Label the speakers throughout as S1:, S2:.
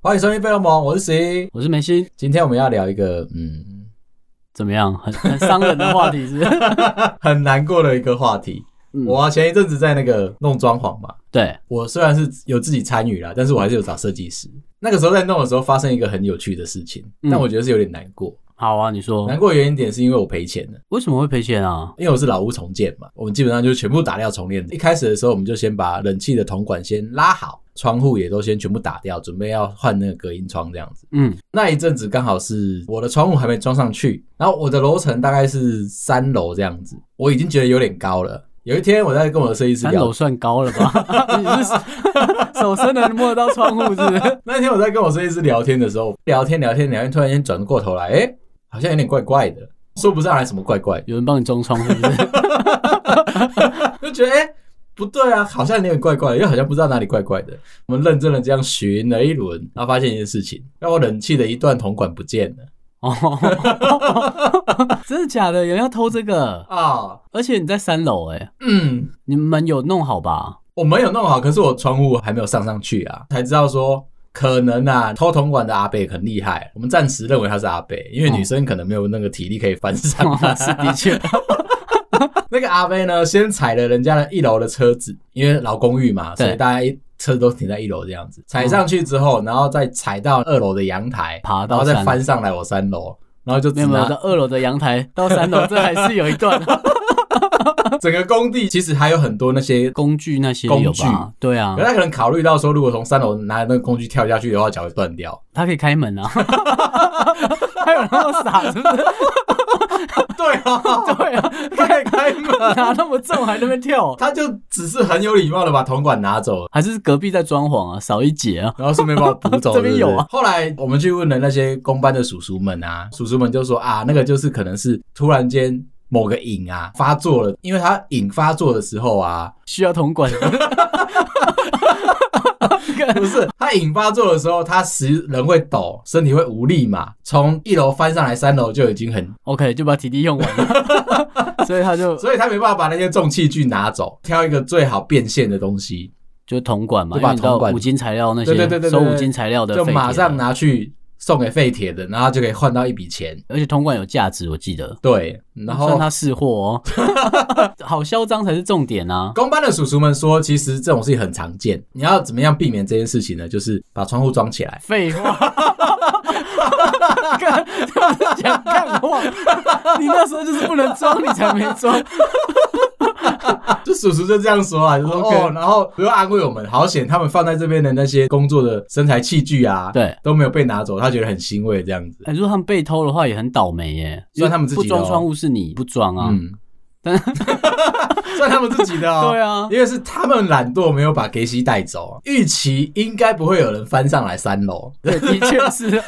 S1: 欢迎收听贝洛蒙，我是十一。
S2: 我是梅西，
S1: 今天我们要聊一个嗯
S2: 怎么样？很很伤人的话题是不是？
S1: 很难过的一个话题。
S2: 嗯
S1: 我啊前一阵子在那个弄装潢嘛，
S2: 对，
S1: 我虽然是有自己参与啦，但是我还是有找设计师。那个时候在弄的时候发生一个很有趣的事情，
S2: 嗯
S1: 但我觉得是有点难过。
S2: 好啊，你说
S1: 难过的原因点是因为我赔钱了，
S2: 为什么会赔钱啊？
S1: 因为我是老屋重建嘛，我们基本上就是全部打掉重练的。一开始的时候，我们就先把冷气的铜管先拉好，窗户也都先全部打掉，准备要换那个隔音窗这样子。
S2: 嗯
S1: 那一阵子刚好是我的窗户还没装上去，然后我的楼层大概是三楼这样子，我已经觉得有点高了。有一天我在跟我的设计师
S2: 三楼
S1: 聊，
S2: 算高了 吧？你是 手伸能摸得到窗户是不是？
S1: 那天我在跟我设计师聊天的时候，聊天聊天聊天，突然间转过头来，哎、好像有点怪怪的，说不上来什么怪怪的，
S2: 有人帮你中窗是不 是？
S1: 就觉得哎、诶不对啊，好像有点怪怪的，又好像不知道哪里怪怪的。我们认真的这样寻了一轮，然后发现一件事情，让我冷气的一段铜管不见了
S2: 哦，真的假的？有人要偷这个？
S1: 啊，
S2: 而且你在三楼哎、
S1: 嗯，
S2: 你们有弄好吧？
S1: 我没有弄好，可是我窗户还没有上上去啊，才知道说可能啊，偷铜管的阿贝很厉害。我们暂时认为他是阿贝，因为女生可能没有那个体力可以翻啊上他。
S2: 是的确，
S1: 那个阿贝呢，先踩了人家的一楼的车子，因为老公寓嘛，所以
S2: 对
S1: 大家一车子都停在一楼这样子。踩上去之后，然后再踩到二楼的阳台，
S2: 爬
S1: 然
S2: 到
S1: 后再
S2: 三
S1: 翻啊
S2: 楼，
S1: 上来我三楼，然后就
S2: 没
S1: 只
S2: 有哦没有
S1: 拿
S2: 到二楼的阳台到三楼，这还是有一段
S1: 整个工地，其实还有很多那些。
S2: 工具那些有吧？对啊
S1: 可，他可能考虑到说，如果从三楼拿那个工具跳下去的话，脚会断掉。
S2: 它可以开门啊， 还有人那么傻是 不是？
S1: 对啊，
S2: 对啊，
S1: 开开门。
S2: 拿啊那么重还在那边跳，
S1: 他就只是很有礼貌的把铜管拿走，
S2: 还是隔壁在装潢啊，少一节啊。
S1: 然后顺便把我补走。
S2: 这边有啊
S1: 对不对后来我们去问了那些工班的叔叔们啊，叔叔们就说啊，那个就是可能是突然间某个瘾啊发作了，因为他瘾发作的时候 啊，
S2: 需要铜管。
S1: 不是他瘾发作的时候，他时人会抖，身体会无力嘛，从一楼翻上来三楼就已经很，
S2: OK，就把体力用完了， 所以他就
S1: 所以他没办法把那些重器具拿走，挑一个最好变现的东西，
S2: 就铜管嘛，
S1: 就
S2: 因
S1: 把
S2: 为你知道
S1: 铜管
S2: 五金材料那
S1: 对对对对
S2: 些
S1: 对
S2: 收五金材料的啊废
S1: 就
S2: 铁，
S1: 马上拿去送给废铁的，然后就可以换到一笔钱。
S2: 而且铜管有价值，我记得。
S1: 对，然后
S2: 算他是货哦， 好嚣张才是重点啊！
S1: 工班的叔叔们说，其实这种事情很常见。你要怎么样避免这件事情呢？就是把窗户装起来。
S2: 废话， 干讲干话， 你那时候就是不能装，你才没 装。
S1: 就叔叔就这样说啊，就说
S2: OK
S1: 哦，然后不要安慰我们，好险他们放在这边的那些工作的身材器具啊，
S2: 对，
S1: 都没有被拿走，他觉得很欣慰这样子。
S2: 哎如果他们被偷的话，也很倒霉耶。
S1: 算他们自己的哦
S2: 不装窗户是你不装啊，
S1: 嗯， 算他们自己的哦。
S2: 对啊
S1: 因为是他们懒惰，没有把给西带走。预期应该不会有人翻上来三楼，
S2: 对，的确是、啊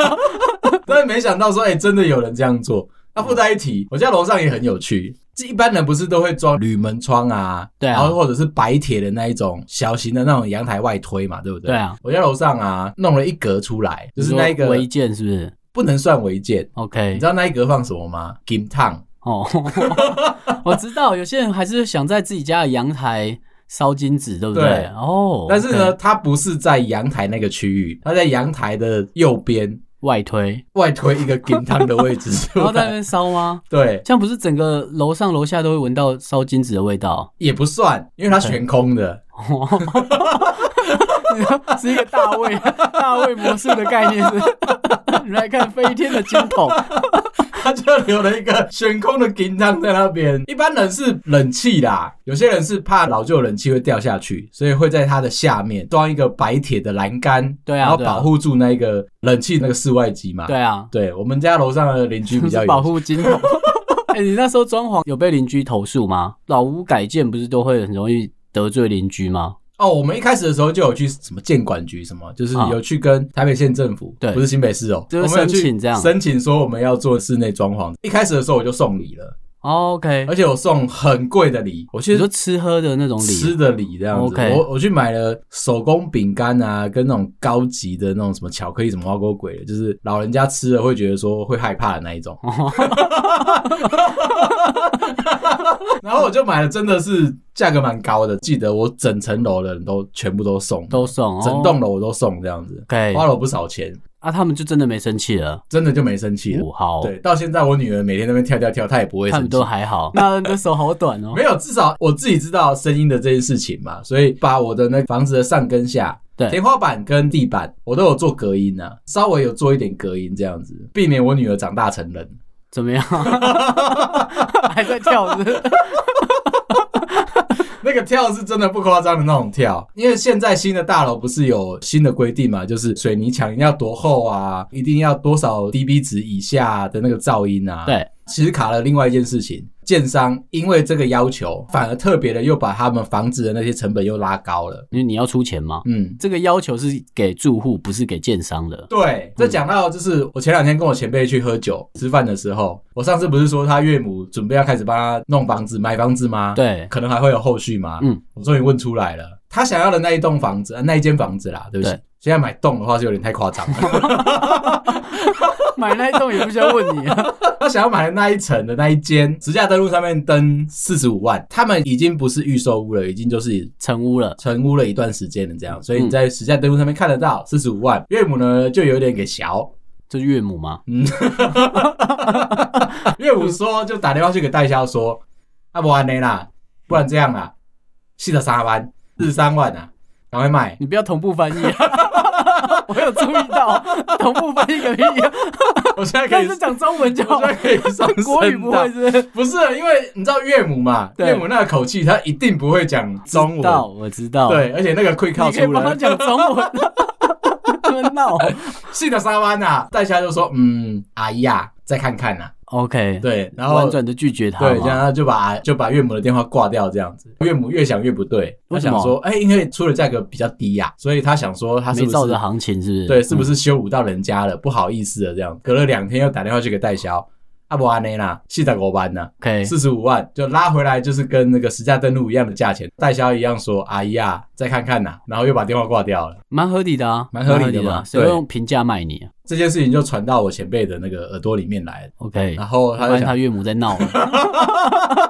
S1: 但是没想到说，哎、真的有人这样做。那附带一提，我家楼上也很有趣。这一般人不是都会装铝门窗啊，
S2: 对啊
S1: 然后或者是白铁的那一种小型的那种阳台外推嘛，对不对？
S2: 对啊，
S1: 我家楼上啊弄了一格出来，就是那一
S2: 你说
S1: 个
S2: 违建是不是
S1: 不能算违建，你
S2: ？OK，
S1: 知道那一格放什么吗？金烫，
S2: 哦， 我知道有些人还是想在自己家的阳台烧金纸，对不
S1: 对
S2: 哦，
S1: 但是呢，
S2: OK，
S1: 它不是在阳台那个区域，它在阳台的右边
S2: 外 推，
S1: 外推一个金烫的位置出
S2: 然后在那
S1: 来。
S2: 边烧吗？
S1: 对，
S2: 这样不是整个楼上楼下都会闻到烧金纸的味道？
S1: 也不算，因为它悬空的。
S2: 你知道 是一个大卫大卫魔术的概念是？ 你们来看飞天的金桶，
S1: 他就留了一个悬空的金汤在那边。一般人是冷气啦，有些人是怕老旧冷气会掉下去，所以会在它的下面装一个白铁的栏杆，
S2: 对啊
S1: 然后
S2: 对啊
S1: 保护住那个冷气那个室外机嘛。
S2: 对啊，
S1: 对，我们家楼上的邻居比较
S2: 是
S1: 有
S2: 保护金桶。哎、你那时候装潢有被邻居投诉吗？老屋改建不是都会很容易得罪邻居吗？
S1: 哦。我们一开始的时候就有去什么建管局什么，就是
S2: 啊
S1: 有去跟台北县政府，
S2: 对
S1: 不是新北市哦，
S2: 就是
S1: 我们有去
S2: 申请这样
S1: 申请说我们要做室内装潢。一开始的时候我就送礼了。
S2: 哦 OK，
S1: 而且我送很贵的礼，我
S2: 你
S1: 去
S2: 说吃喝的那种
S1: 吃
S2: 礼，
S1: 的礼这样子。
S2: OK
S1: 我我去买了手工饼干啊，跟那种高级的那种什么巧克力什么挖沟鬼的，就是老人家吃了会觉得说会害怕的那一 种。然后我就买了，真的是价格蛮高的。记得我整层楼的人都全部都送，
S2: 都送，哦哎
S1: 整栋楼我都送这样子，
S2: OK
S1: 花了我不少钱，
S2: 啊，他们就真的没生气了，
S1: 真的就没生气了。
S2: 五号，
S1: 对，到现在我女儿每天在那边跳跳跳，她也不会
S2: 他
S1: 生
S2: 哦们
S1: 气
S2: 都。还好， 那那手好短哦
S1: 没，有，至少我自己知道声音的这件事情嘛，所以把我的那房子的上跟下、
S2: 对
S1: 天花板跟地板，我都有做隔音啊，稍微有做一点隔音这样子，避免我女儿长大成人。
S2: 怎么样？ 还在跳是不是？
S1: 那个跳是真的不夸张的那种跳，因为现在新的大楼不是有新的规定嘛，就是水泥墙一定要多厚啊，一定要多少 dB 值以下的那个噪音啊。，
S2: 对，
S1: 其实卡了另外一件事情，建商因为这个要求，反而特别的又把他们房子的那些成本又拉高了。
S2: 你你要出钱吗？
S1: 嗯，
S2: 这个要求是给住户，不是给建商的。
S1: 对，
S2: 嗯
S1: 这讲到就是我前两天跟我前辈去喝酒吃饭的时候，我上次不是说他岳母准备要开始帮他弄房子、买房子吗？，
S2: 对，
S1: 可能还会有后续吗？
S2: 嗯，
S1: 我终于问出来了，他想要的那一栋房子，呃那一间房子啦，对不起
S2: 对，
S1: 现在买栋的话是有点太夸张了，
S2: 买那一栋也不需要问你啊。
S1: 他想要买的那一层的那一间，实价登录上面登四十五万，他们已经不是预售屋了，已经就是。
S2: 成屋了，
S1: 成屋了一段时间了，这样，所
S2: 嗯
S1: 以你在实价登录上面看得到四十五万，岳母呢就有点给小，
S2: 这岳母吗？
S1: 岳母说就打电话去给代销说，啊不安内啦，不然这样啦，四十三万，四十三万啊，赶快卖。
S2: 你不要同步翻译、啊。 我有注意到，同步翻 译个屁、啊！
S1: 我现在可
S2: 但
S1: 以，
S2: 是讲中文就好
S1: 我，现在可以上升
S2: 国语不
S1: 到
S2: 会是不是？
S1: 不是因为你知道岳母嘛？
S2: 对
S1: 岳母那个口气，她一定不会讲中
S2: 知道，
S1: 文。
S2: 我知道。，
S1: 对，而且那个会靠
S2: 你可以
S1: 出
S2: 帮他
S1: 来，
S2: 讲中文。他们 闹。
S1: 四十三万啊，代销就说，嗯，阿姨啊，再看看呐、啊。
S2: OK，，
S1: 对，然后
S2: 婉
S1: 对，
S2: 转的拒绝他。
S1: 这样，他就把就把岳母的电话挂掉，这样子。岳母越想越不对，她
S2: 为什么
S1: 想说，哎、因为出的价格比较低呀、所以她想说，她是
S2: 没
S1: 不
S2: 照
S1: 是
S2: 着行情是不是？嗯
S1: 对，是不是羞辱到人家了？不好意思了，这样隔了两天又打电话去给代销，啊不安内啦，四十五万呐，
S2: 嗯？OK，
S1: 四十五万就拉回来，就是跟那个实价登录一样的价钱，代销一样说阿姨啊，再看看呐、然后又把电话挂掉了。
S2: 蛮合理的啊，
S1: 蛮合理的嘛
S2: 啊
S1: 对
S2: 谁会用平价卖你啊
S1: 这件事情就传到我前辈的那个耳朵里面来，
S2: ？OK，
S1: 然后啊他
S2: 发
S1: 就
S2: 现
S1: 想
S2: 他，岳母在 闹了。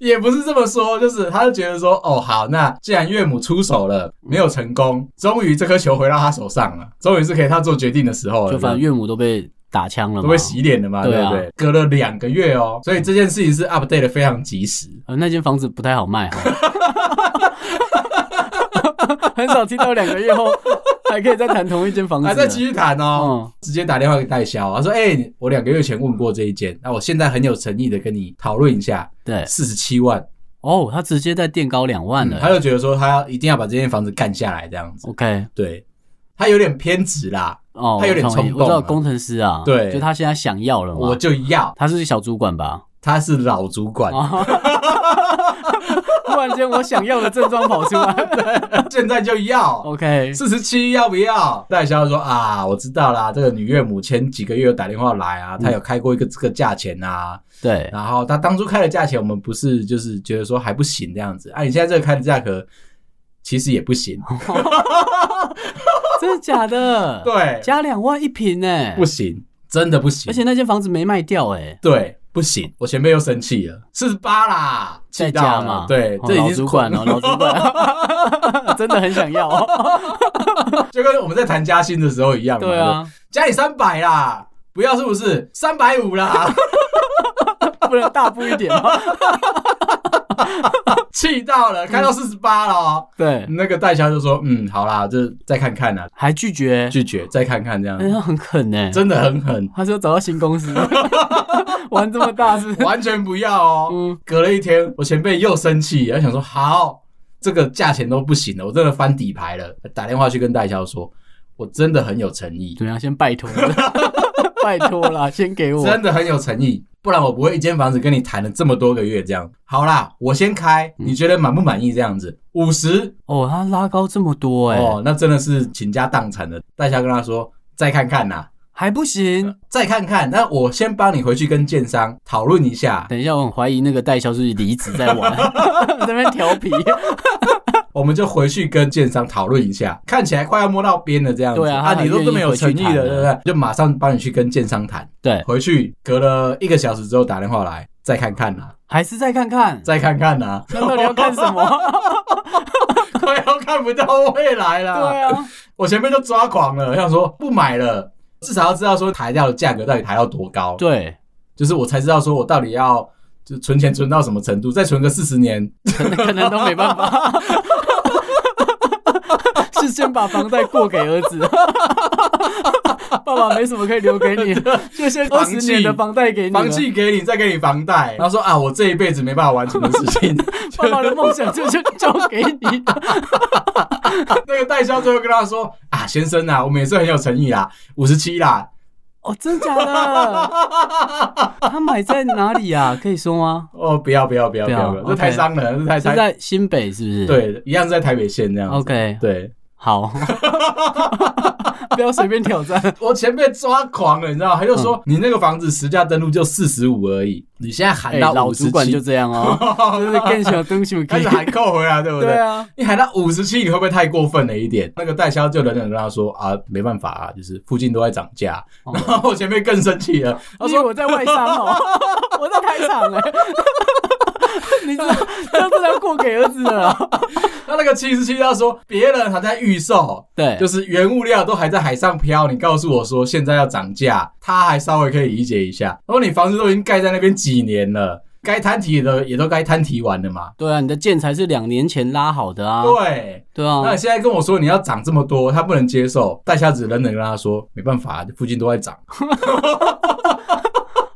S1: 也不是这么说，就是他就觉得说，哦好，那既然岳母出手了，没有成功，终于这颗球回到他手上了，终于是可以他做决定的时候了。
S2: 就反
S1: 这样
S2: 正岳母都被打枪了嘛，
S1: 都会洗脸的嘛，
S2: 嗯对
S1: 对
S2: 啊
S1: 不对？隔了两个月哦，所以这件事情是 update 的非常及时。
S2: 呃，那间房子不太好卖哈， 很少听到两个月后还可以再谈同一间房子的，
S1: 还啊在继续谈哦，
S2: 啊嗯，
S1: 直接打电话给代销，他说：“哎、我两个月前问过这一间，那我现在很有诚意的跟你讨论一下，
S2: 对，
S1: 四十七万。嗯
S2: 哦，他直接在垫高两万
S1: 他
S2: 了
S1: 就觉得说他要一定要把这间房子干下来，这样子。
S2: ，OK，
S1: 对，他有点偏执啦，
S2: 哦，
S1: 他有点
S2: 我同意
S1: 冲动
S2: 我知道
S1: 了
S2: 工程师啊，
S1: 对
S2: 就他现在想要了
S1: 我
S2: 嘛，
S1: 就要。
S2: 他是小主管 吧？
S1: 他是老主管，
S2: 啊，突然间我想要的症状跑出来
S1: 现在就要。
S2: ，OK，
S1: 四十七要不要？代销说啊，我知道啦，这个女岳母前几个月有打电话来啊，
S2: 嗯
S1: 她有开过一个这个价钱啊，
S2: 对，
S1: 然后他当初开的价钱，我们不是就是觉得说还不行这样子，啊，你现在这个开的价格其实也不行，
S2: 真的假的？，
S1: 对，
S2: 加两万一平呢，
S1: 不行，真的不行，
S2: 而且那间房子没卖掉哎，
S1: 对。不行，我前辈又生气了，四十八啦，
S2: 在
S1: 气到
S2: 家
S1: 了
S2: 嘛，
S1: 对，
S2: 哦
S1: 这已
S2: 老
S1: 经是
S2: 主 管哦，老主管， 真的很想要哦，
S1: 就跟我们在谈加薪的时候一样嘛，
S2: 对啊，
S1: 加你三百啦，不要是不是？三百五啦，
S2: 不能大步一 点吗？
S1: 气到了，开到四十八了哦。
S2: 对，
S1: 那个代销就说，嗯，好啦，就再看看啦，
S2: 还拒绝，
S1: 拒绝，再看看这样
S2: 哎，，他很狠呢，
S1: 真的很狠，
S2: 他是要找到新 公司，玩这么大是不是？
S1: 完全不要 哦。
S2: 嗯，
S1: 隔了一天，我前辈又生气，他想说好，这个价钱都不行了，我真的翻底牌了。打电话去跟代销说，我真的很有诚意，
S2: 对啊，先拜托， 拜托啦，先给我，
S1: 真的很有诚意，不然我不会一间房子跟你谈了这么多个月这样。好啦，我先开，
S2: 嗯
S1: 你觉得满不满意？这样子五十哦
S2: 哦，他拉高这么多哎，
S1: 哦，那真的是倾家荡产的。代销跟他说再看看呐、
S2: 还不行。
S1: 再看看。那我先帮你回去跟建商讨论一下，
S2: 等一下，我很怀疑那个代销是离子 在玩，这边调皮。
S1: 我们就回去跟建商讨论一下。看起来快要摸到边了，这样子
S2: 对啊他
S1: 啊，
S2: 很
S1: 你都这么有诚意
S2: 愿意回去
S1: 了，
S2: 谈啊
S1: 对
S2: 的
S1: 不对？就马上帮你去跟建商谈。
S2: 对，
S1: 回去隔了一个小时之后打电话来，再看看啦，
S2: 还是再看看，
S1: 再看看啦，
S2: 那到底要看什 么？
S1: 快要看不到未来啦。
S2: 对啊，
S1: 我前面就抓狂了，想说不买了，至少要知道说抬掉的价格到底抬到多高，
S2: 对，
S1: 就是我才知道说我到底要就存钱存到什么程度，再存个四十年，
S2: 可能 可能都没办法。是先把房贷过给儿子， 爸爸没什么可以留给 你，就先二
S1: 啊房
S2: 十
S1: 契
S2: 年的房贷给你了。
S1: 房契给你，再给你房贷，然后说啊，我这一辈子没办法完成的事 情。
S2: 爸爸的梦想就就交给你。
S1: 那个代销最后跟他说啊，先生啊，我们也是很有诚意啦，五十七啦，
S2: 哦，真假的？ 他买在哪里啊？可以说吗？
S1: 哦，不要不要不要不
S2: 不要
S1: 要，不要这太
S2: OK
S1: 伤人，这太
S2: 是
S1: 伤。
S2: 在新北，是不是？
S1: 对，一样是在台北县这样子。
S2: ，OK，
S1: 对，
S2: 好，不要随便挑战。
S1: 我前面抓狂了，你知道吗？他就
S2: 嗯
S1: 说、你那个房子实价登录就四十五而已，你现在喊
S2: 哎，
S1: 到
S2: 老
S1: 五
S2: 主
S1: 十
S2: 管
S1: 七
S2: 就，这样哦， 就是更小东西
S1: 开
S2: 可以
S1: 始。喊扣回来，对不对？
S2: 对啊，
S1: 你喊到五十七，你会不会太过分了一点？那个代销就冷冷地跟他说啊，没办法啊，就是附近都在涨价。
S2: 哦
S1: 然后我前面更生气了，
S2: 他说我在外商哦， 我在台场哎。你这这是要过给儿子的啊？
S1: 他那个七十七他说别人还在预售，
S2: 对
S1: 就，是原物料都还在海上漂，你告诉我说现在要涨价，他还稍微可以理解一下。然后你房子都已经盖在那边几年了，该摊提的也都该摊提完了嘛。
S2: 对啊，你的建材是两年前拉好的啊。
S1: 对，哎
S2: 对啊
S1: 那，你现在跟我说你要涨这么多，他不能接受，代销只冷冷地跟他说没办法，附近都在涨。
S2: 啊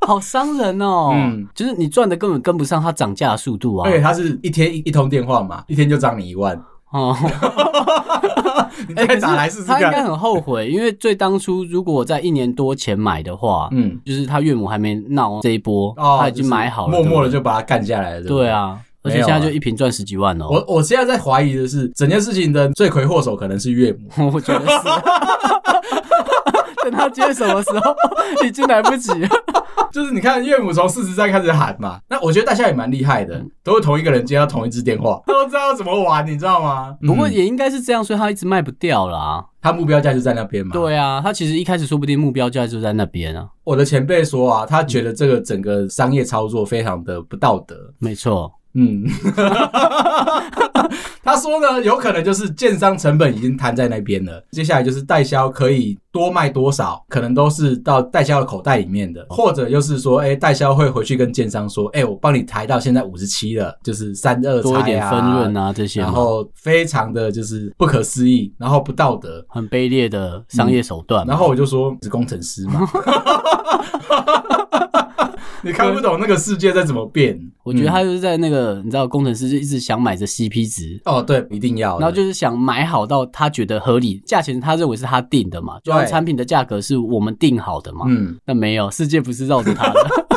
S2: 好伤人哦。
S1: 嗯哎
S2: 就是你赚的根本跟不上它涨价的速度啊
S1: 而。且他是一天一一通电话
S2: 哎
S1: 嘛，一天就涨你一万，
S2: 哦，
S1: 你
S2: 哎，
S1: 再
S2: 可是
S1: 打来试试
S2: 他应该
S1: 看。
S2: 很后悔，因为最当初如果我在一年多前买的话，
S1: 嗯，
S2: 就是他岳母还没闹这一波，
S1: 哦，
S2: 他已经买好了，
S1: 就是默默的
S2: 对
S1: 就把它干下来了。
S2: 不
S1: 不
S2: 对对。啊，而且现在就一瓶赚十几万哦，
S1: 我我现在在怀疑的是，整件事情的罪魁祸首可能是岳母。
S2: 我觉得是。等他接手的时候，已经来不及了。
S1: 就是你看岳母从四十三开始喊嘛，那我觉得大家也蛮厉害的，都是同一个人接到同一支电话，都知道怎么玩，你知道吗？
S2: 不过
S1: 嗯
S2: 也应该是这样，所以他一直卖不掉啦。
S1: 他目标价就在那边嘛。，
S2: 对啊，他其实一开始说不定目标价就在那边啊。
S1: 我的前辈说啊，他觉得这个整个商业操作非常的不道德。
S2: 没错，
S1: 嗯， 他说呢，有可能就是建商成本已经摊在那边了，接下来就是代销可以多卖多少，可能都是到代销的口袋里面的，或者就是说，哎、代销会回去跟建商说，哎、我帮你抬到现在五十七了，就是三二
S2: 多一点分润啊这些嘛
S1: 然，后非常的就是不可思议，然后不道德，
S2: 很卑劣的商业手段嘛。
S1: 嗯然后我就说是工程师 嘛，你看不懂那个世界在怎么变，
S2: 我觉得
S1: 嗯
S2: 他就是在那个，你知道，工程师就一直想买着 CP 值，
S1: 哦对，一定要的，
S2: 然后就是想买好到他觉得合理价钱，他认为是他定的嘛，就像
S1: 对
S2: 产品的价格是我们定好的嘛。
S1: 嗯。
S2: 但没有，世界不是绕着他 的。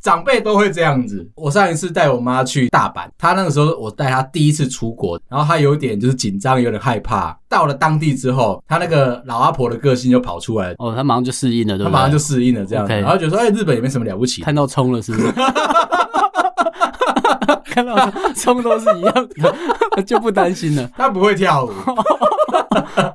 S1: 长辈都会这样子。我上一次带我妈去大阪，她那个时候我带她第一次出国，然后她有点就是紧张，有点害怕。到了当地之后，她那个老阿婆的个性就跑出来了，
S2: 哦，他马上就适应了，对
S1: 她
S2: 不对？
S1: 马上就适应了这样子，
S2: OK
S1: 然后觉得说，哎、日本也没什么了不起。
S2: 看到葱了，是不是？看到葱都是一样的， 就不担心了。
S1: 她不会跳舞，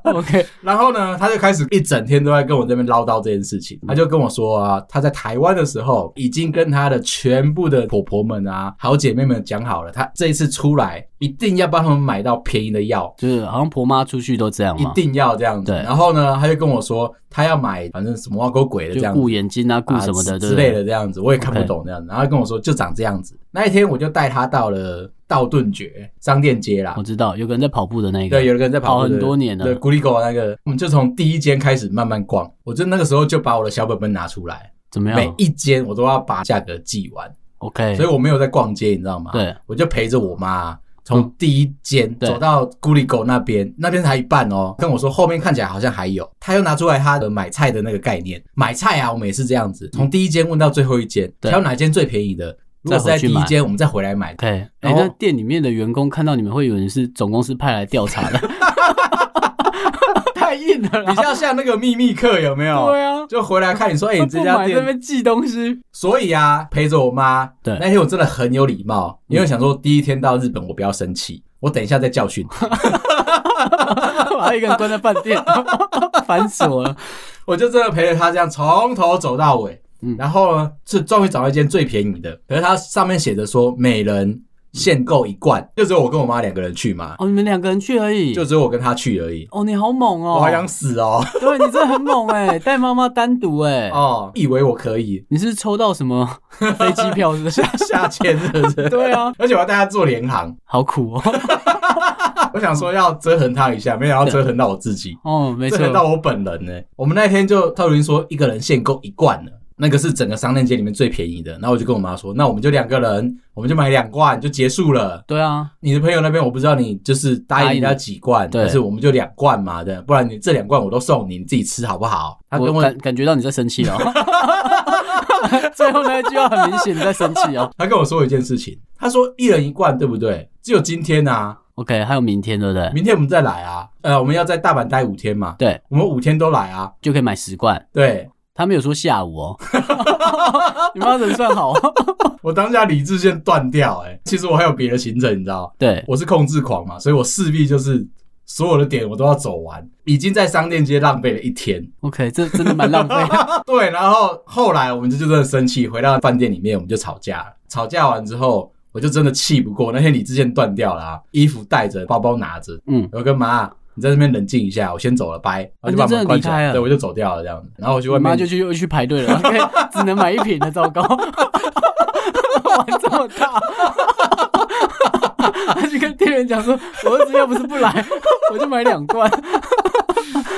S2: OK，
S1: 然后呢，她就开始一整天都在跟我这边唠叨这件事情。她就跟我说啊，她在台湾的时候已经跟她的全部的婆婆们啊、好姐妹们讲好了，她这一次出来一定要帮他们买到便宜的药，
S2: 就是好像婆妈出去都这样
S1: 一
S2: 嘛，
S1: 定要这样子。
S2: 对
S1: 然后呢，他就跟我说他要买，反正什么挖沟鬼的这
S2: 就
S1: 样
S2: 顾
S1: 子。
S2: 眼睛啊，顾
S1: 啊
S2: 什么的，
S1: 之
S2: 对
S1: 之
S2: 不
S1: 类
S2: 对？
S1: 的这样子，我也看不
S2: OK
S1: 懂这样子。然后他跟我说就长这样子。那一天我就带他到了道顿崛商店街啦
S2: 我，知道有个人在跑步的那个，
S1: 对，有一个人在跑
S2: 跑
S1: 步
S2: 哦很
S1: 的
S2: 多年了
S1: 对，古力狗那个，我们就从第一间开始慢慢逛。我就那个时候就把我的小本本拿出来，
S2: 怎么
S1: 每
S2: 样
S1: 一间我都要把价格记完，
S2: 哦？OK，
S1: 所以我没有在逛街，你知道吗？，
S2: 哎对，嗯
S1: 我就陪着我妈从第一间
S2: 对
S1: 走到孤立狗那边，那边才一半哦。跟我说后面看起来好像还有，他又拿出来他的买菜的那个概念，买菜啊，我们也是这样子，从第一间问到最后一间，
S2: 嗯对
S1: 挑哪间最便宜的。如果是在第一间，我们再回来买。
S2: OK，哎、
S1: 然后
S2: 那 店里面的员工看到你们，会有人是总公司派来调查的，太硬了
S1: 比
S2: 啦。
S1: 较像那个秘密课有没有？
S2: 对啊，
S1: 就回来看你说，哎、你这
S2: 不
S1: 家
S2: 买
S1: 店
S2: 这边寄东西，
S1: 所以啊，陪着我妈，
S2: 对
S1: 那天我真的很有礼貌，因为我想说第一天到日本我不要生气，我等一下再教训你，
S2: 把他一个人关在饭店， 烦死我了。
S1: 我就真的陪着她这样从头走到尾。
S2: 嗯
S1: 然后呢，是终于找到一间最便宜的，可是它上面写着说每人限购一罐，就只有我跟我妈两个人去嘛，
S2: 哦，你们两个人去而已。
S1: 就只有我跟她去而已。
S2: 哦，你好猛哦！
S1: 我好想死哦！
S2: 对你真的很猛哎，带妈妈单独哎。
S1: 哦，以为我可以
S2: 你是抽到 什么飞机票是不是？
S1: 下签是不是？
S2: 对啊，
S1: 而且我要带她做联航，
S2: 好苦哦。
S1: 我想说要折腾她一下，没想到折腾到我自己。
S2: 哦， 没
S1: 这
S2: 错
S1: 个。到我本人呢、我们那天就特伦说一个人限购一罐了，那个是整个商店街里面最便宜的。然后我就跟我妈说，那我们就两个人，我们就买两罐就结束了。
S2: 对啊，
S1: 你的朋友那边我不知道你就是答应人家几罐，
S2: 答应
S1: 但是我们就两罐嘛的，不然你这两罐我都送你，你自己吃好不好？他跟
S2: 我
S1: 我
S2: 感感觉到你在生气了哦。 最后那一句话很明显你在生气哦。
S1: 他跟我说一件事情，他说一人一罐对不对？只有今天啊，
S2: OK，还有明天对不对？
S1: 明天我们再来啊。呃，我们要在大阪待五天嘛，
S2: 对，
S1: 我们五天都来啊。
S2: 就可以买十罐。
S1: 对
S2: 他没有说下午哦， 你妈人算好。哦
S1: 我当下理智线断掉、欸，哎，其实我还有别的行程，你知道。
S2: 对，
S1: 我是控制狂嘛，所以我势必就是所有的点我都要走完，已经在商店街浪费了一天。
S2: OK，这真的蛮浪费。
S1: 对，然后后来我们就就真的生气，回到饭店里面我们就吵架了。吵架完之后，我就真的气不过，那天理智线断掉了、啊，衣服带着，包包拿着，
S2: 嗯，
S1: 我跟妈。你在这边冷静一下，我先走了，拜。然后就
S2: 你
S1: 把
S2: 真
S1: 门
S2: 的
S1: 关起
S2: 离开
S1: 来，
S2: 了
S1: 对，我就走掉了这样子。然后我去
S2: 我
S1: 外
S2: 妈
S1: 面，
S2: 就去又去排队了，因为 只能买一瓶的，糟糕， 玩这么大。 他就跟店员讲说：“我儿子要不是不来，我就买两罐。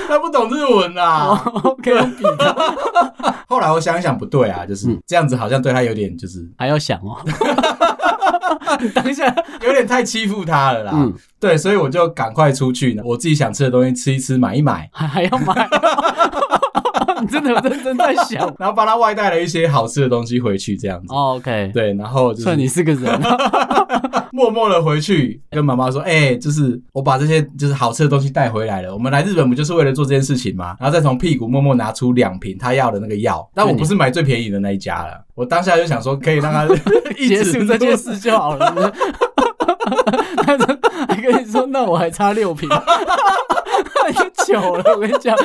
S1: 他不懂日文啊。
S2: ”OK，用比的，
S1: 后来我想一想，不对啊，就是
S2: 嗯
S1: 这样子，好像对他有点就是
S2: 还要想哦。 你当下，
S1: 有点太欺负他了啦。
S2: 嗯，
S1: 对，所以我就赶快出去呢，我自己想吃的东西吃一吃，买一买，
S2: 还还要买，哦 你真的有认真在想。
S1: 然后帮他外带了一些好吃的东西回去，这样子。
S2: 哦 OK，
S1: 对，然后就
S2: 算
S1: 是
S2: 你是个人。
S1: 默默的回去跟妈妈说，哎、就是我把这些就是好吃的东西带回来了。我们来日本不就是为了做这件事情吗？然后再从屁股默默拿出两瓶他要的那个
S2: 嗯
S1: 药，但我不是买最便宜的那一家了。我当下就想说，可以让 他一
S2: 结
S1: 直
S2: 束这件事就好了。是不 是他说还跟你说，那我还差六瓶， 你就糗了。我跟你讲，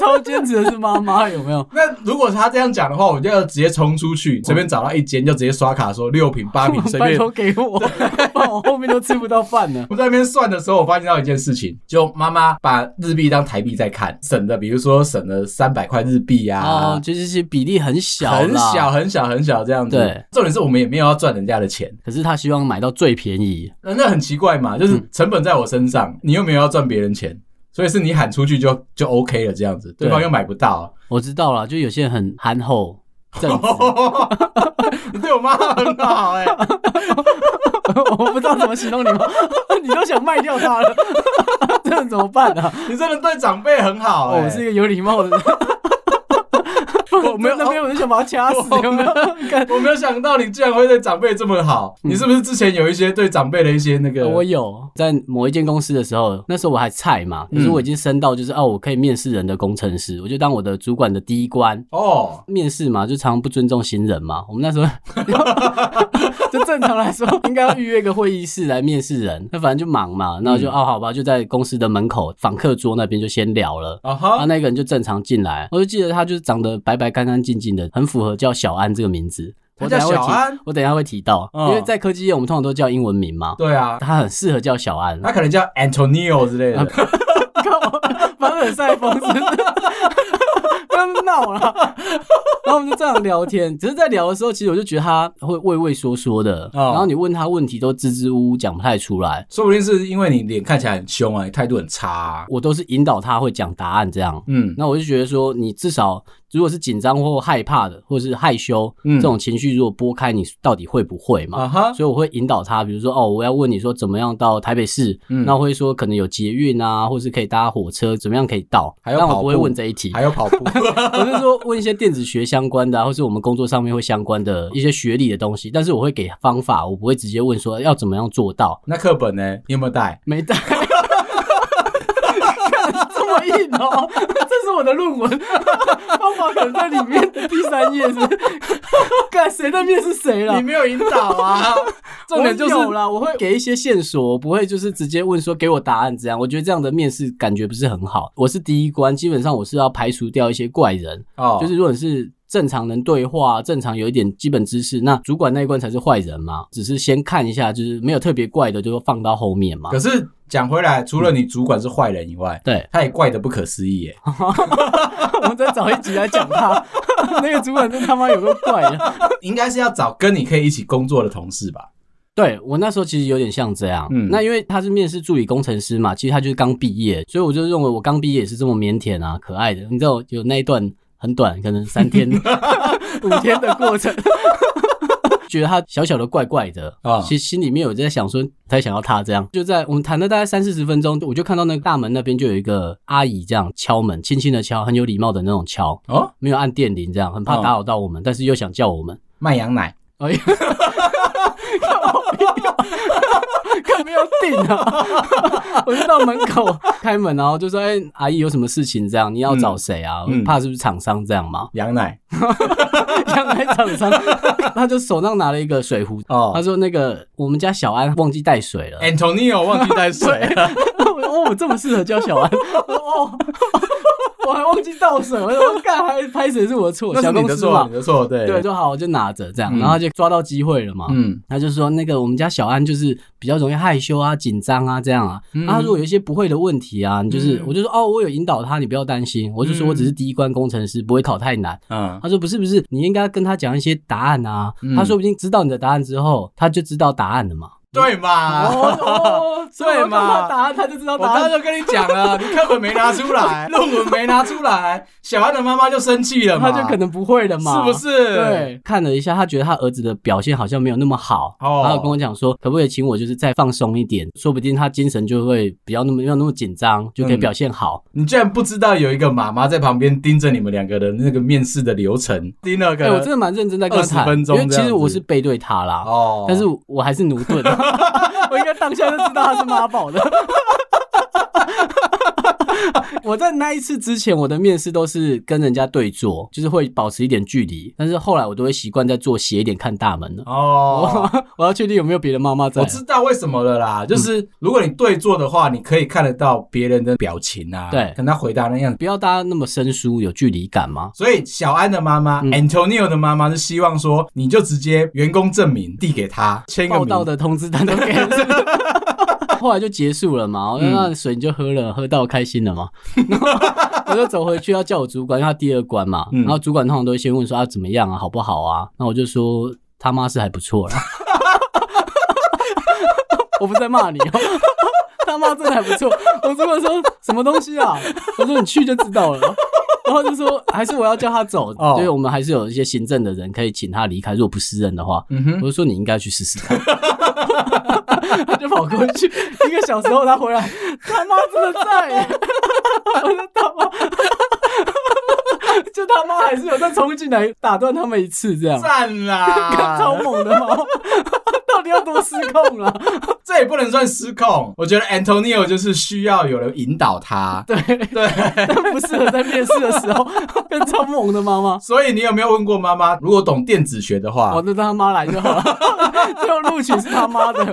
S2: 超坚持的是妈妈，有没有？
S1: 那如果他这样讲的话，我就要直接冲出去，随便找到一间就直接刷卡说六瓶 八瓶，随
S2: 拜
S1: 便
S2: 托给 我，不然我后面都吃不到饭了。
S1: 我在那边算的时候，我发现到一件事情，就妈妈把日币当台币在看，省的，比如说省了三百块日币 啊
S2: 哦，，就是些比例很小，
S1: 很小。很小很小这样子。
S2: 对，
S1: 重点是我们也没有要赚人家的钱，
S2: 可是他希望买到最便宜，
S1: 那那很奇怪嘛，就是
S2: 嗯
S1: 成本在我身上，你又没有要赚别人钱，所以是你喊出去就就 OK 了这样子，对
S2: 对
S1: 方又买不到。
S2: 我知道了。就有些人很憨厚，正直
S1: 你对我妈很好哎、
S2: 我不知道怎么形容你们， 你都想卖掉他了， 这样怎么办啊？
S1: 你真的对长辈很好
S2: 哦
S1: 哎、
S2: 我是一个有礼貌的人。我 没有那边，我就想把他掐死，
S1: 我
S2: 有没有？ 看
S1: 我没有想到你竟然会对长辈这么好，你是不是之前有一些对长辈的一些那个？
S2: 嗯我有在某一间公司的时候，那时候我还菜嘛，可是我已经升到就是哦，我可以面试人的工程师，我就当我的主管的第一关。
S1: 哦，
S2: 面试嘛，就常常不尊重新人嘛。我们那时候 就正常来说，应该要预约个会议室来面试人。那反正就忙嘛，那我就、哦，好吧，就在公司的门口访客桌那边就先聊了。
S1: 啊
S2: 然后
S1: 哈，
S2: 那个人就正常进来，我就记得他就是长得白白干干净净的，很符合叫小安这个名字。
S1: 他
S2: 我
S1: 叫
S2: 等一下
S1: 小
S2: 会提
S1: 安
S2: 我等一下会提到，
S1: 嗯
S2: 因为在科技业我们通常都叫英文名嘛，
S1: 对啊，
S2: 他很适合叫小安。
S1: 他可能叫 Antonio 之类
S2: 啊
S1: 的，
S2: 凡尔赛风是不是，不要闹了。然后我们就这样聊天，只是在聊的时候，其实我就觉得他会畏畏缩缩的，
S1: 哦
S2: 然后你问他问题都支支吾吾讲不太出来，
S1: 说不定是因为你脸看起来很凶啊，你态度很差、啊。
S2: 我都是引导他会讲答案这样。
S1: 嗯，
S2: 那我就觉得说，你至少如果是紧张或害怕的，或是害羞、
S1: 嗯
S2: 这种情绪，如果拨开，你到底会不会嘛？
S1: 啊哈，
S2: 所以我会引导他，比如说哦，我要问你说怎么样到台北市，
S1: 嗯
S2: 那我会说可能有捷运啊，或是可以搭火车，怎么样可以到？
S1: 还有
S2: 但
S1: 跑
S2: 我不会
S1: 步
S2: 问这一题，
S1: 还有跑步，
S2: 我是说问一些电子学相关的、啊，或是我们工作上面会相关的一些学理的东西，但是我会给方法，我不会直接问说要怎么样做到。
S1: 那课本呢？你有没有带？
S2: 没带。硬哦，这是我的论文，方法梗在里面的第三页是不是，看谁在面试谁了
S1: 你。没有引导啊， 重点就是
S2: 我有啦，我会给一些线索，我不会就是直接问说给我答案这样。我觉得这样的面试感觉不是很好。我是第一关，基本上我是要排除掉一些怪人，
S1: 哦，
S2: 就是如果你是正常能对话，正常有一点基本知识，那主管那一关才是坏人嘛。只是先看一下，就是没有特别怪的，就放到后面嘛
S1: 可。是讲回来，除了你主管是坏人以外，，
S2: 对
S1: 他也怪的不可思议耶。
S2: 我们再找一集来讲他， 那个主管真他妈有个怪啊的。
S1: 应该是要找跟你可以一起工作的同事吧？
S2: 对我那时候其实有点像这样，
S1: 嗯
S2: 那因为他是面试助理工程师嘛，其实他就是刚毕业，所以我就认为我刚毕业也是这么腼腆啊，可爱的。你知道有那一段很短，可能三 天、五天的过程。 觉得他小小的怪怪的
S1: 啊
S2: 其实心里面有在想说，他想要他这样，就在我们谈了大概三四十分钟，我就看到那个大门那边就有一个阿姨这样敲门，轻轻的敲，很有礼貌的那种敲，
S1: 哦，
S2: 没有按电铃这样，很怕
S1: 哦
S2: 打扰到我们，但是又想叫我 们，
S1: 卖羊奶，
S2: 哎呀，看没有定啊！ 我就到门口开门，然后就说：“哎、阿姨有什么事情？这样你要找谁啊？
S1: 嗯嗯？
S2: 怕是不是厂商这样 嘛
S1: 羊奶
S2: 像来厂商，他就手上拿了一个水壶，他
S1: 哦。
S2: 说：那个我们家小安忘记带水 了。
S1: Antonio 忘记带水了，
S2: 我说哎哦，我这么适合叫小安，我说 哦，我还忘记倒水，我说干，还拍水是我的错，
S1: 那
S2: 小
S1: 是你
S2: 公
S1: 的
S2: 司
S1: 错，
S2: 嘛
S1: 你。的错，对
S2: 对，，就好，我就拿着这样，
S1: 嗯
S2: 然后他就抓到机会了嘛。
S1: 嗯，
S2: 他就说那个我们家小安就是比较容易害羞啊、紧张啊这样啊。
S1: 嗯
S2: 他如果有一些不会的问题啊，你就是、
S1: 嗯
S2: 我就说哦，我有引导他，你不要担心。我就说我只是第一关工程师，不会考太难。
S1: 嗯，
S2: 他说不是不是，你应该跟他讲一些答案啊。
S1: 嗯
S2: 他说不定知道你的答案之后，他就知道答案了嘛。
S1: 对嘛，
S2: 哦，
S1: 所以我告诉他答
S2: 答案他就知道
S1: 我刚刚。就跟你讲了，你课本没拿出来，论文没拿出来，小安的妈妈就生气了嘛，
S2: 他就可能不会了嘛，
S1: 是不是？
S2: 对，看了一下，他觉得他儿子的表现好像没有那么好，
S1: 哦
S2: 然后跟我讲说，可不可以请我就是再放松一点，说不定他精神就会比较那么没有那么紧张，就可以表现好。
S1: 你居然不知道有一个妈妈在旁边盯着你们两个人那个面试的流程，哎盯了个
S2: 对、哎我真的蛮认真在跟他
S1: 20
S2: 谈，
S1: 分
S2: 因
S1: 钟
S2: 为其
S1: 这
S2: 实
S1: 样子
S2: 我是背对他啦，
S1: 哦，
S2: 但是我还是奴 钝，我应该当下就知道他是妈宝的。 我在那一次之前，我的面试都是跟人家对坐，就是会保持一点距离，但是后来我都会习惯在坐斜一点看大门了。
S1: 哦，
S2: 我我要确定有没有别的妈妈在。
S1: 我知道为什么了啦，
S2: 嗯
S1: 就是如果你对坐的话，你可以看得到别人的表情啊，
S2: 对
S1: 跟他回答那样子。
S2: 不要大家那么生疏，有距离感吗？
S1: 所以小安的妈妈、
S2: 嗯
S1: Antonio 的妈妈是希望说，你就直接员工证明递给他签个
S2: 报道
S1: 名，
S2: 的通知单都给了。 后来就结束了嘛，我说
S1: 嗯
S2: 那水你就喝了，喝到开心了嘛， 然后我就走回去要叫我主管，因为他第二关嘛，
S1: 嗯
S2: 然后主管通常都会先问说啊怎么样啊，好不好啊？那我就说他妈是还不错啦， 我不是在骂你哦， 他妈真的还不错。我主管说什么东西啊？我说你去就知道了。然后就说还是我要叫他走，
S1: 哦
S2: 所以我们还是有一些行政的人可以请他离开，如果不是人的话，
S1: 嗯哼，
S2: 我就说你应该去试试看。他就跑过去，一个小时后他回来，他妈真的在耶，我说他妈，就他妈还是有再冲进来打断他们一次，这样
S1: 赞
S2: 超
S1: 啦！
S2: 猛的吗？到底要多失控啊了？
S1: 这也不能算失控，我觉得 Antonio 就是需要有人引导他。
S2: 对
S1: 对，
S2: 不适合在面试的时候跟超猛的妈妈。
S1: 所以你有没有问过妈妈，如果懂电子学的话，
S2: 哦，那让他妈来就好了。最后录取是他妈的，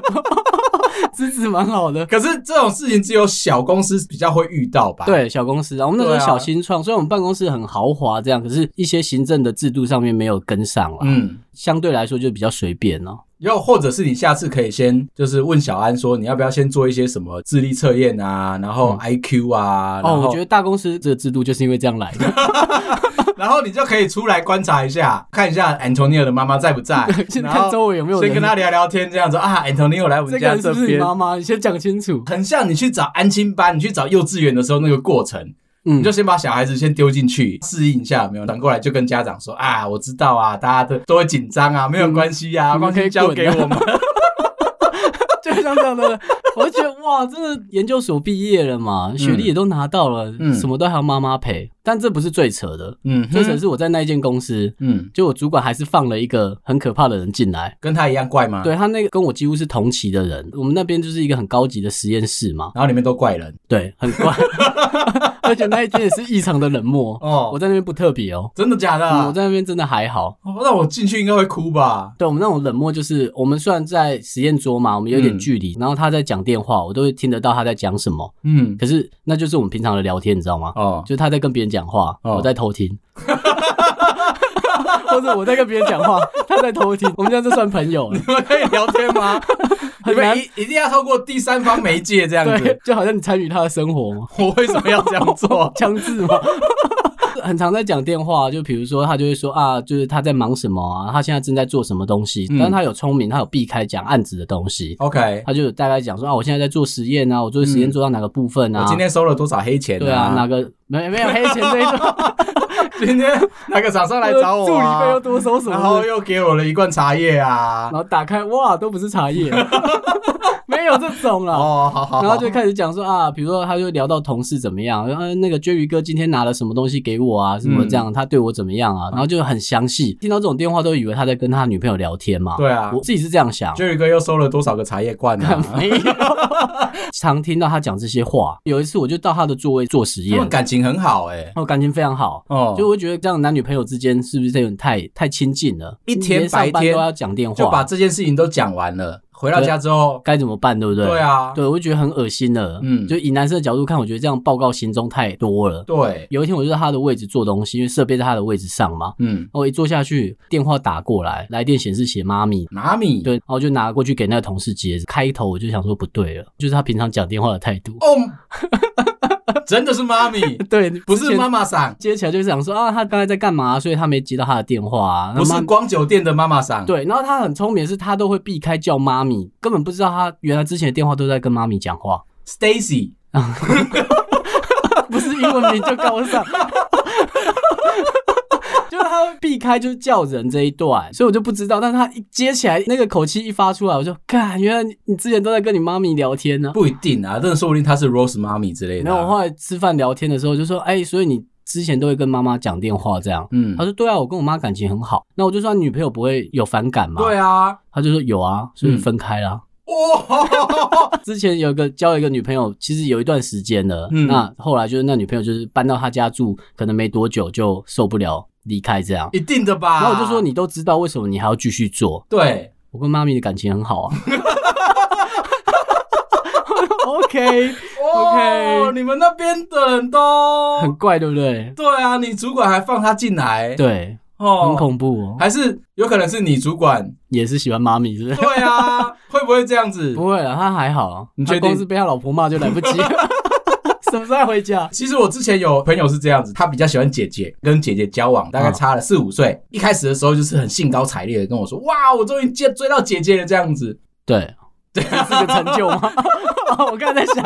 S2: 资质蛮好的。
S1: 可是这种事情只有小公司比较会遇到吧？，
S2: 对，小公司啊，我们那时候
S1: 对啊
S2: 小新创，虽然我们办公室很豪华这样，可是一些行政的制度上面没有跟上了，
S1: 嗯，
S2: 相对来说就比较随便哦了、
S1: 又或者是你下次可以先就是问小安说，你要不要先做一些什么智力测验啊，然后 IQ 啊，然
S2: 嗯哦，
S1: 后
S2: 我觉得大公司这个制度就是因为这样 来的，，
S1: 然后你就可以出来观察一下，看一下 Antonio 的妈妈在不在
S2: 先
S1: 然
S2: 看
S1: 后
S2: 周围有没有人，
S1: 先跟他聊聊天，这样子啊，Antonio 来我们
S2: 这个
S1: 家
S2: 人是
S1: 这
S2: 不是你
S1: 边。
S2: 妈妈？你先讲清楚。
S1: 很像你去找安亲班，你去找幼稚园的时候那个过程，
S2: 嗯
S1: 你就先把小孩子先丢进去适应一下，有没有？转过来就跟家长说啊，我知道啊，大家都都会紧张啊，没有关系啊，
S2: 嗯你们
S1: 放
S2: 可以
S1: 心交
S2: 滚
S1: 给
S2: 啊
S1: 我们。
S2: 就像这样的，我就觉得哇，真的研究所毕业了嘛，学历也都拿到了，
S1: 嗯
S2: 什么都还要妈妈陪。但这不是最扯的，
S1: 嗯
S2: 最扯是我在那一间公司，
S1: 嗯，
S2: 就我主管还是放了一个很可怕的人进来。
S1: 跟他一样怪吗？，
S2: 对他那个跟我几乎是同期的人，我们那边就是一个很高级的实验室嘛，
S1: 然后里面都怪人
S2: 对，很 怪，而且那一间也是异常的冷漠。
S1: 哦
S2: 我，在那边不特别哦，
S1: 真的假的
S2: 嗯
S1: 啊？
S2: 我在那边真的还好。
S1: 哦那我进去应该会哭吧？
S2: 对我们那种冷漠，就是我们虽然在实验桌嘛，我们有点
S1: 嗯
S2: 距离，然后他在讲电话，我都会听得到他在讲什么。
S1: 嗯，
S2: 可是那就是我们平常的聊天，你知道吗？
S1: 哦，
S2: 就是他在跟别人讲话，
S1: 哦
S2: 我在偷听，或者我在跟别人讲话，他在偷听，我们这样就算朋友 了，
S1: 你们可以聊天 吗？你
S2: 很难
S1: 们一一定要透过第三方媒介这样
S2: 对
S1: 子，，
S2: 就好像你参与他的生活嘛，？
S1: 我为什么要这样做
S2: 强制嘛。 很常在讲电话，就比如说他就会说啊，就是他在忙什么啊，他现在正在做什么东西，
S1: 嗯
S2: 但他有聪明，他有避开讲案子的东西，
S1: OK，
S2: 他就有大概讲说啊，我现在在做实验啊，我做实验做到哪个部分啊
S1: 嗯我，今天收了多少黑钱、
S2: 对啊，哪个没没有黑钱这一种，
S1: 今天哪个厂商来找我、
S2: 助
S1: 啊？
S2: 理费又多收什么，
S1: 然后又给我了一罐茶叶啊
S2: 然。后打开哇，都不是茶叶， 没有这种啦。
S1: 哦，好好好，
S2: 然后就开始讲说啊，比如说他就聊到同事怎么样，然后呃那个追鱼哥今天拿了什么东西给我啊，什
S1: 嗯
S2: 么这样，他对我怎么样啊，然后就很详细。听到这种电话都以为他在跟他女朋友聊天嘛，
S1: 对啊
S2: 我自己是这样想。
S1: ，Jerry 哥又收了多少个茶叶罐呢、啊？
S2: 没有， 常听到他讲这些话。有一次我就到他的座位做实
S1: 他
S2: 验，
S1: 们
S2: 然
S1: 感情很好哎、
S2: 后感情非常好，
S1: 哦，
S2: 就我觉得这样男女朋友之间是不是有点太太亲近了？
S1: 一天
S2: 连上
S1: 白
S2: 班
S1: 天
S2: 都要讲电话，
S1: 就把这件事情都讲完了。回到家之后，
S2: 该怎么办，对不对？
S1: 对啊，
S2: 对，我就觉得很恶心了。嗯，
S1: 嗯
S2: 就以男生的角度看，我觉得这样报告行踪太多了。
S1: 对，
S2: 有一天，我就在他的位置做东西，因为设备在他的位置上嘛。
S1: 嗯，
S2: 然后我一坐下去，电话打过来，来电显示写妈咪。
S1: 妈咪，
S2: 对，然后我就拿过去给那个同事接。开头我就想说不对了，就是他平常讲电话的态 度。
S1: 哦，真的是妈 咪，
S2: 对，
S1: 不
S2: 之
S1: 是
S2: 前
S1: 妈妈桑，
S2: 接起来就是想说啊，他刚才在干嘛、所以他没接到他的电话、啊。那
S1: 不
S2: 妈
S1: 是光酒店的妈妈桑，
S2: 对，然后他很聪明，是他都会避开叫妈咪，根本不知道他原来之前的电话都在跟妈咪讲话，
S1: ，Stacy，
S2: 不是英文名就高尚。 就是他会避开，就是叫人这一段，所以我就不知道。但是他一接起来，那个口气一发出来，我就看，原来你你之前都在跟你妈咪聊天呢、
S1: 不一定啊，真的说不定她是 Rose 妈咪之类的
S2: 然
S1: 啊、
S2: 后我后来吃饭聊天的时候，就说：“哎、所以你之前都会跟妈妈讲电话这样？”
S1: 嗯
S2: 他，说：“对啊，我跟我妈感情很好。”那我就说：“你女朋友不会有反感吗？”
S1: 对啊，
S2: 他就说：“有啊，所以
S1: 嗯
S2: 分开啦、
S1: 哇，
S2: 之前有一个交一个女朋友，其实有一段时间了。
S1: 嗯
S2: 那后来就是那女朋友就是搬到他家住，可能没多久就受不了离开这样。
S1: 一定的吧？
S2: 然后我就说，你都知道为什么你还要继续做？
S1: 对，
S2: 我跟妈咪的感情 很好啊。OK，
S1: 哦
S2: OK
S1: 你们那边的人都
S2: 很怪对不对？
S1: 对啊，你主管还放他进来，
S2: 对，
S1: 哦，
S2: 很恐怖哦，
S1: 还是有可能是你主 管？
S2: 也是喜欢妈咪是不是？
S1: 对啊，会不会这样子？
S2: 不会了，他还好啊。
S1: 你
S2: 他
S1: 确定
S2: 光是被他老婆骂就来不 及了，什么时候要回家？
S1: 其实我之前有朋友是这样子，他比较喜欢姐姐，跟姐姐交往，大概差了四五岁。一开始的时候就是很兴高采烈的跟我说：“哇，我终于追追到姐姐了！”这样子，
S2: 对，这 是个成就吗？哦我刚才在想，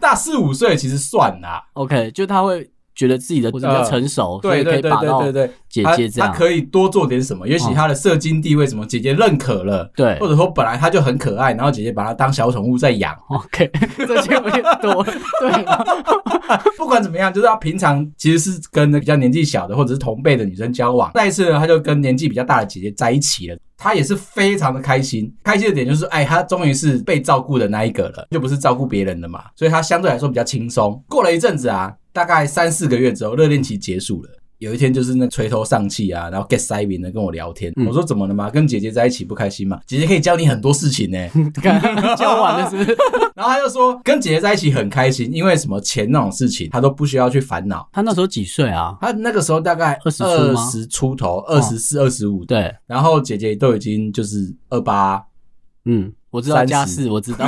S1: 大四五岁其实算啦，
S2: OK，就他会觉得自己的比较成熟，所以
S1: 啊对
S2: 可
S1: 对
S2: 以
S1: 对
S2: 把
S1: 对
S2: 到
S1: 对对，
S2: 姐姐这
S1: 他
S2: 样哦
S1: 他。可以多做点什么，也许他的社经地位什么，姐姐认可了。
S2: 对
S1: 或者说本来他就很可爱，然后姐姐把他当小宠物在养，
S2: ，OK，这 就有点多。对啊，
S1: 不管怎么样，就是他平常其实是跟比较年纪小的或者是同辈的女生交往。再一次呢，他就跟年纪比较大的姐姐在一起了。他也是非常的开心，开心的点就是，哎，他终于是被照顾的那一个了，就不是照顾别人的嘛，所以他相对来说比较轻松。过了一阵子啊，大概三四个月之后，热恋期结束了。有一天就是那垂头丧气啊，然后 get 塞宾的跟我聊天，
S2: 嗯
S1: 我说怎么了嘛，跟姐姐在一起不开心嘛？姐姐可以教你很多事情呢、
S2: 看交往了是不是？
S1: 然后他就说跟姐姐在一起很开心，因为什么钱那种事情他都不需要去烦恼，
S2: 他那时候几岁啊？
S1: 他那个时候大概
S2: 20出吗哦
S1: 十出头，二十四、二十五的，
S2: 对，
S1: 然后姐姐都已经就是二八，
S2: 嗯，我知道
S1: 30
S2: 家世，我知 道。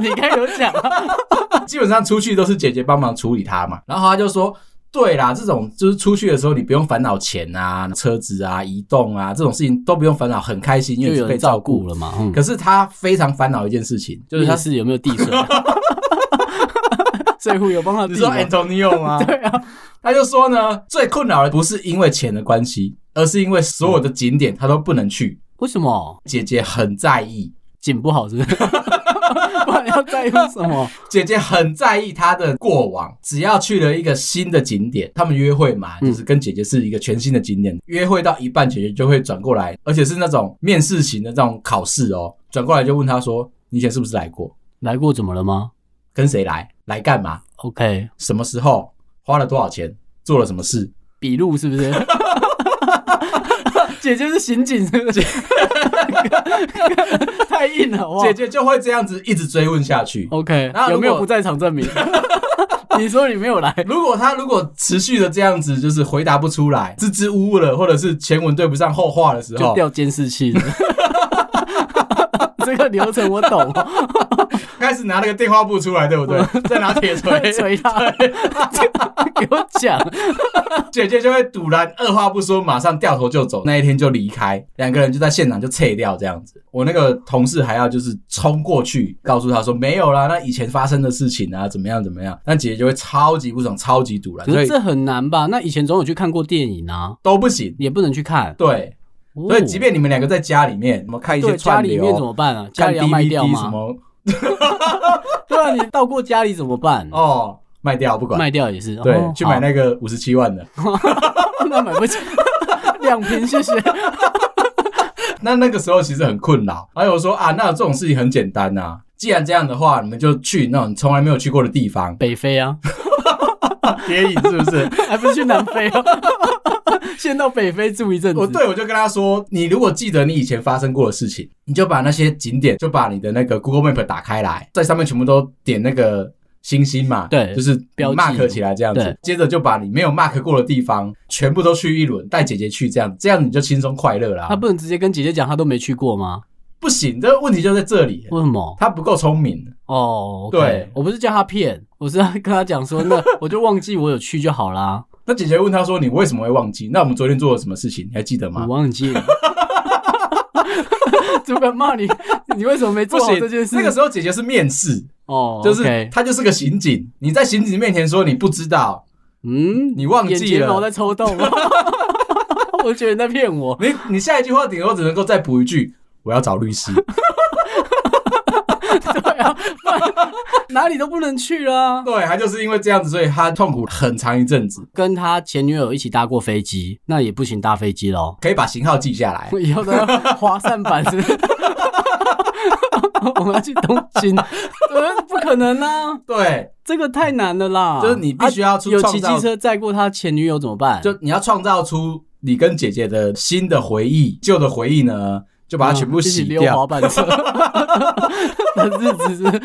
S2: 你刚有讲啊，
S1: 基本上出去都是姐姐帮忙处理她嘛。然后他就说。对啦，这种就是出去的时候，你不用烦恼钱啊、车子啊、移动啊这种事情都不用烦恼，很开心，因
S2: 就
S1: 为
S2: 有
S1: 是被
S2: 人
S1: 照
S2: 照
S1: 顾
S2: 顾
S1: 了。
S2: 了嘛。嗯，
S1: 可是他非常烦恼一件事情，就
S2: 就是
S1: 是
S2: 他
S1: 他，
S2: 是有没有递水？啊 水壶有帮他
S1: 你
S2: 递
S1: 说哎
S2: 吗？
S1: Antonio 吗？
S2: 对啊，
S1: 他就说呢，最困扰的不是因为钱的关系，而是因为所有的景点他都不能去。
S2: 为什么？
S1: 姐姐很在意，
S2: 景不好是不是？ 不然要在乎什么？
S1: 姐姐很在意她的过往，只要去了一个新的景点，他们约会嘛，
S2: 嗯
S1: 就是跟姐姐是一个全新的景点。约会到一半，姐姐就会转过来，而且是那种面试型的这种考试哦，转过来就问她说：“你以前是不是来过？
S2: 来过怎么了吗
S1: 跟谁来？来干嘛？
S2: ？OK，
S1: 什么时候？花了多少钱？做了什么事？”
S2: 笔录是 不是？姐姐是刑警是不是？ 太硬了，好不好
S1: 姐姐就会这样子一直追问下
S2: 哦
S1: 去。
S2: OK，
S1: 然后
S2: 有没有
S1: 如果
S2: 不在场证 明？你说你没有来，
S1: 如果她如果持续的这样子，就是回答不出来，支支吾吾了，或者是前文对不上后话的时
S2: 就
S1: 候，
S2: 掉监视器了。 这个流程我懂，
S1: 开始拿那个电话簿出来，对不 对？再拿铁锤
S2: 捶他，给我讲，
S1: 姐姐就会堵然，二话不说，马上掉头就走。那一天就离开，两个人就在现场就撤掉这样子。我那个同事还要就是冲过去告诉他说没有啦，那以前发生的事情啊，怎么样怎么样。但姐姐就会超级不爽，超级堵然，
S2: 可
S1: 所
S2: 是
S1: 以
S2: 这很难吧？那以前总有去看过电影啊，
S1: 都不行。
S2: 也不能去看。
S1: 对，
S2: 哦
S1: 所以即便你们两个在家里面，我们看一些
S2: 对家
S1: 串
S2: 里
S1: 流，
S2: 面怎么办啊？家
S1: 看
S2: 里要卖掉
S1: DVD 什
S2: 吗？
S1: 么
S2: 对啊，你到过家里怎么办？
S1: 哦，卖掉不管。
S2: 卖掉也是，
S1: 对，
S2: 哦
S1: 去买那个五十七万的，
S2: 好那买不 起，两瓶谢谢。
S1: 那那个时候其实很困扰。还有说啊，那这种事情很简单呐、既然这样的话，你们就去那种从来没有去过的地方，
S2: 北非啊，
S1: 谍影是不是？
S2: 还不是去南非啊？ 先到北非住一阵 子。
S1: 我对我就跟他说，你如果记得你以前发生过的事情，你就把那些景点，就把你的那个 Google Map 打开来，在上面全部都点那个星星嘛，
S2: 对
S1: 就是
S2: 标记
S1: mark 起来这样子
S2: 对。
S1: 接着就把你没有 mark 过的地方全部都去一轮，带姐姐去这样，这样你就轻松快乐啦。
S2: 他不能直接跟姐姐讲他都没去过吗？
S1: 不行，这个问题就在这里，
S2: 为什么？
S1: 他不够聪明。
S2: 哦，
S1: 对
S2: 对，我不是叫他骗，我是要跟他讲说，那我就忘记我有去就好啦，
S1: 那姐姐问他说：“你为什么会忘记？那我们昨天做了什么事情？你还记得
S2: 我
S1: 吗
S2: 忘记了。主管骂你，你为什么没？”
S1: 不
S2: 做好
S1: 行
S2: 这件，事？
S1: 那个时候姐姐是面试，
S2: 哦，
S1: 就是
S2: OK
S1: 他就是个刑警。你在刑警面前说你不知道，
S2: 嗯，
S1: 你忘
S2: 眼
S1: 记
S2: 睫毛
S1: 了。
S2: 在抽动， 我觉得你在骗我。
S1: 你你下一句话顶多只能够再补一句：“我要找律师。
S2: 哪里都不能去啊啦”。
S1: 对，他就是因为这样子，所以他痛苦很长一阵子。
S2: 跟他前女友一起搭过飞机，那也不行搭飞机喽。
S1: 可以把型号记下来。
S2: 我 以后都要滑扇板是不是 我们要去东京，呃，不可能啊，
S1: 对，
S2: 这个太难了啦。
S1: 就是你必须要出
S2: 啊有
S1: 创
S2: 骑
S1: 造
S2: 机车载过他前女友怎么办？
S1: 就你要创造出你跟姐姐的新的回忆，旧的回忆呢，就把它全部
S2: 嗯一起
S1: 洗
S2: 溜
S1: 掉，
S2: 滑板车的日子是。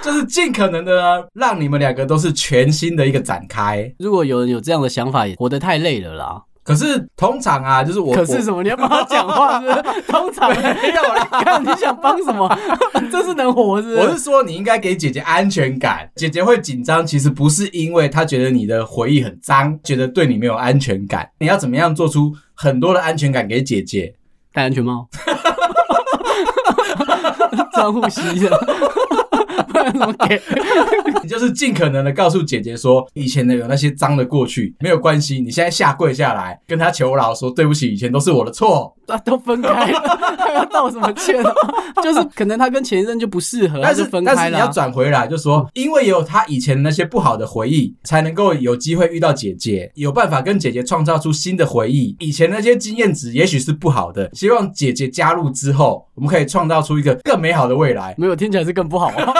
S1: 就是尽可能的呢，让你们两个都是全新的一个展开。
S2: 如果有人有这样的想法，也活得太累了啦。
S1: 可是通常啊，就是我
S2: 可是
S1: 我
S2: 什么？你要帮他讲话是不是？通常没有啦。看你想帮什么？这是能活是不是？
S1: 我是说，你应该给姐姐安全感。姐姐会紧张，其实不是因为她觉得你的回忆很脏，觉得对你没有安全感。你要怎么样做出很多的安全感给姐姐？
S2: 戴安全帽，装护膝的，不然怎么给？
S1: 你就是尽可能的告诉姐姐说，以前的有那些脏的过去没有关系，你现在下跪下来跟她求饶，说对不起，以前都是我的错。
S2: 啊，都分开了，还要道什么歉啊？就是可能他跟前一任就不适合，
S1: 但
S2: 他
S1: 是
S2: 啊就分
S1: 但是
S2: 开
S1: 你要
S2: 了。
S1: 转回来，就说因为有她以前那些不好的回忆，才能够有机会遇到姐姐，有办法跟姐姐创造出新的回忆。以前那些经验值也许是不好的，希望姐姐加入之后，我们可以创造出一个更美好的未来。
S2: 没有，听起来是更不好啊。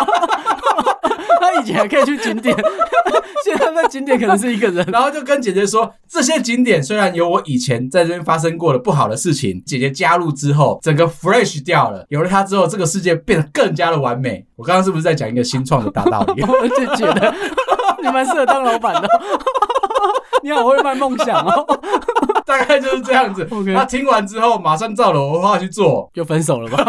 S2: 他以前还可以去景点，现在在景点可能是一个人。
S1: 然后就跟姐姐说，这些景点虽然有我以前在这边发生过的不好的事情，姐姐加入之后，整个 fresh 掉了。有了她之后，这个世界变得更加的完美。我刚刚是不是在讲一个新创的大道理？
S2: 我就觉得你蛮适合当老板的， 你好会卖梦想哦。
S1: 大概就是这样子。
S2: OK
S1: 她听完之后，马上照了我的话去做。
S2: 又分手了吧？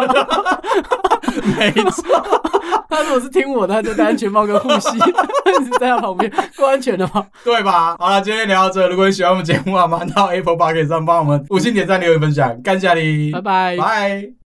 S1: 没错，
S2: 他如果是听我的，他就戴安全帽跟护膝， 一直在他旁边，够安全的吗？
S1: 对吧？好了，今天聊到这。如果你喜欢我们节目啊，麻烦到 Apple Park 上帮我们五星点赞、留言、分享，感谢你，
S2: 拜拜。
S1: 拜。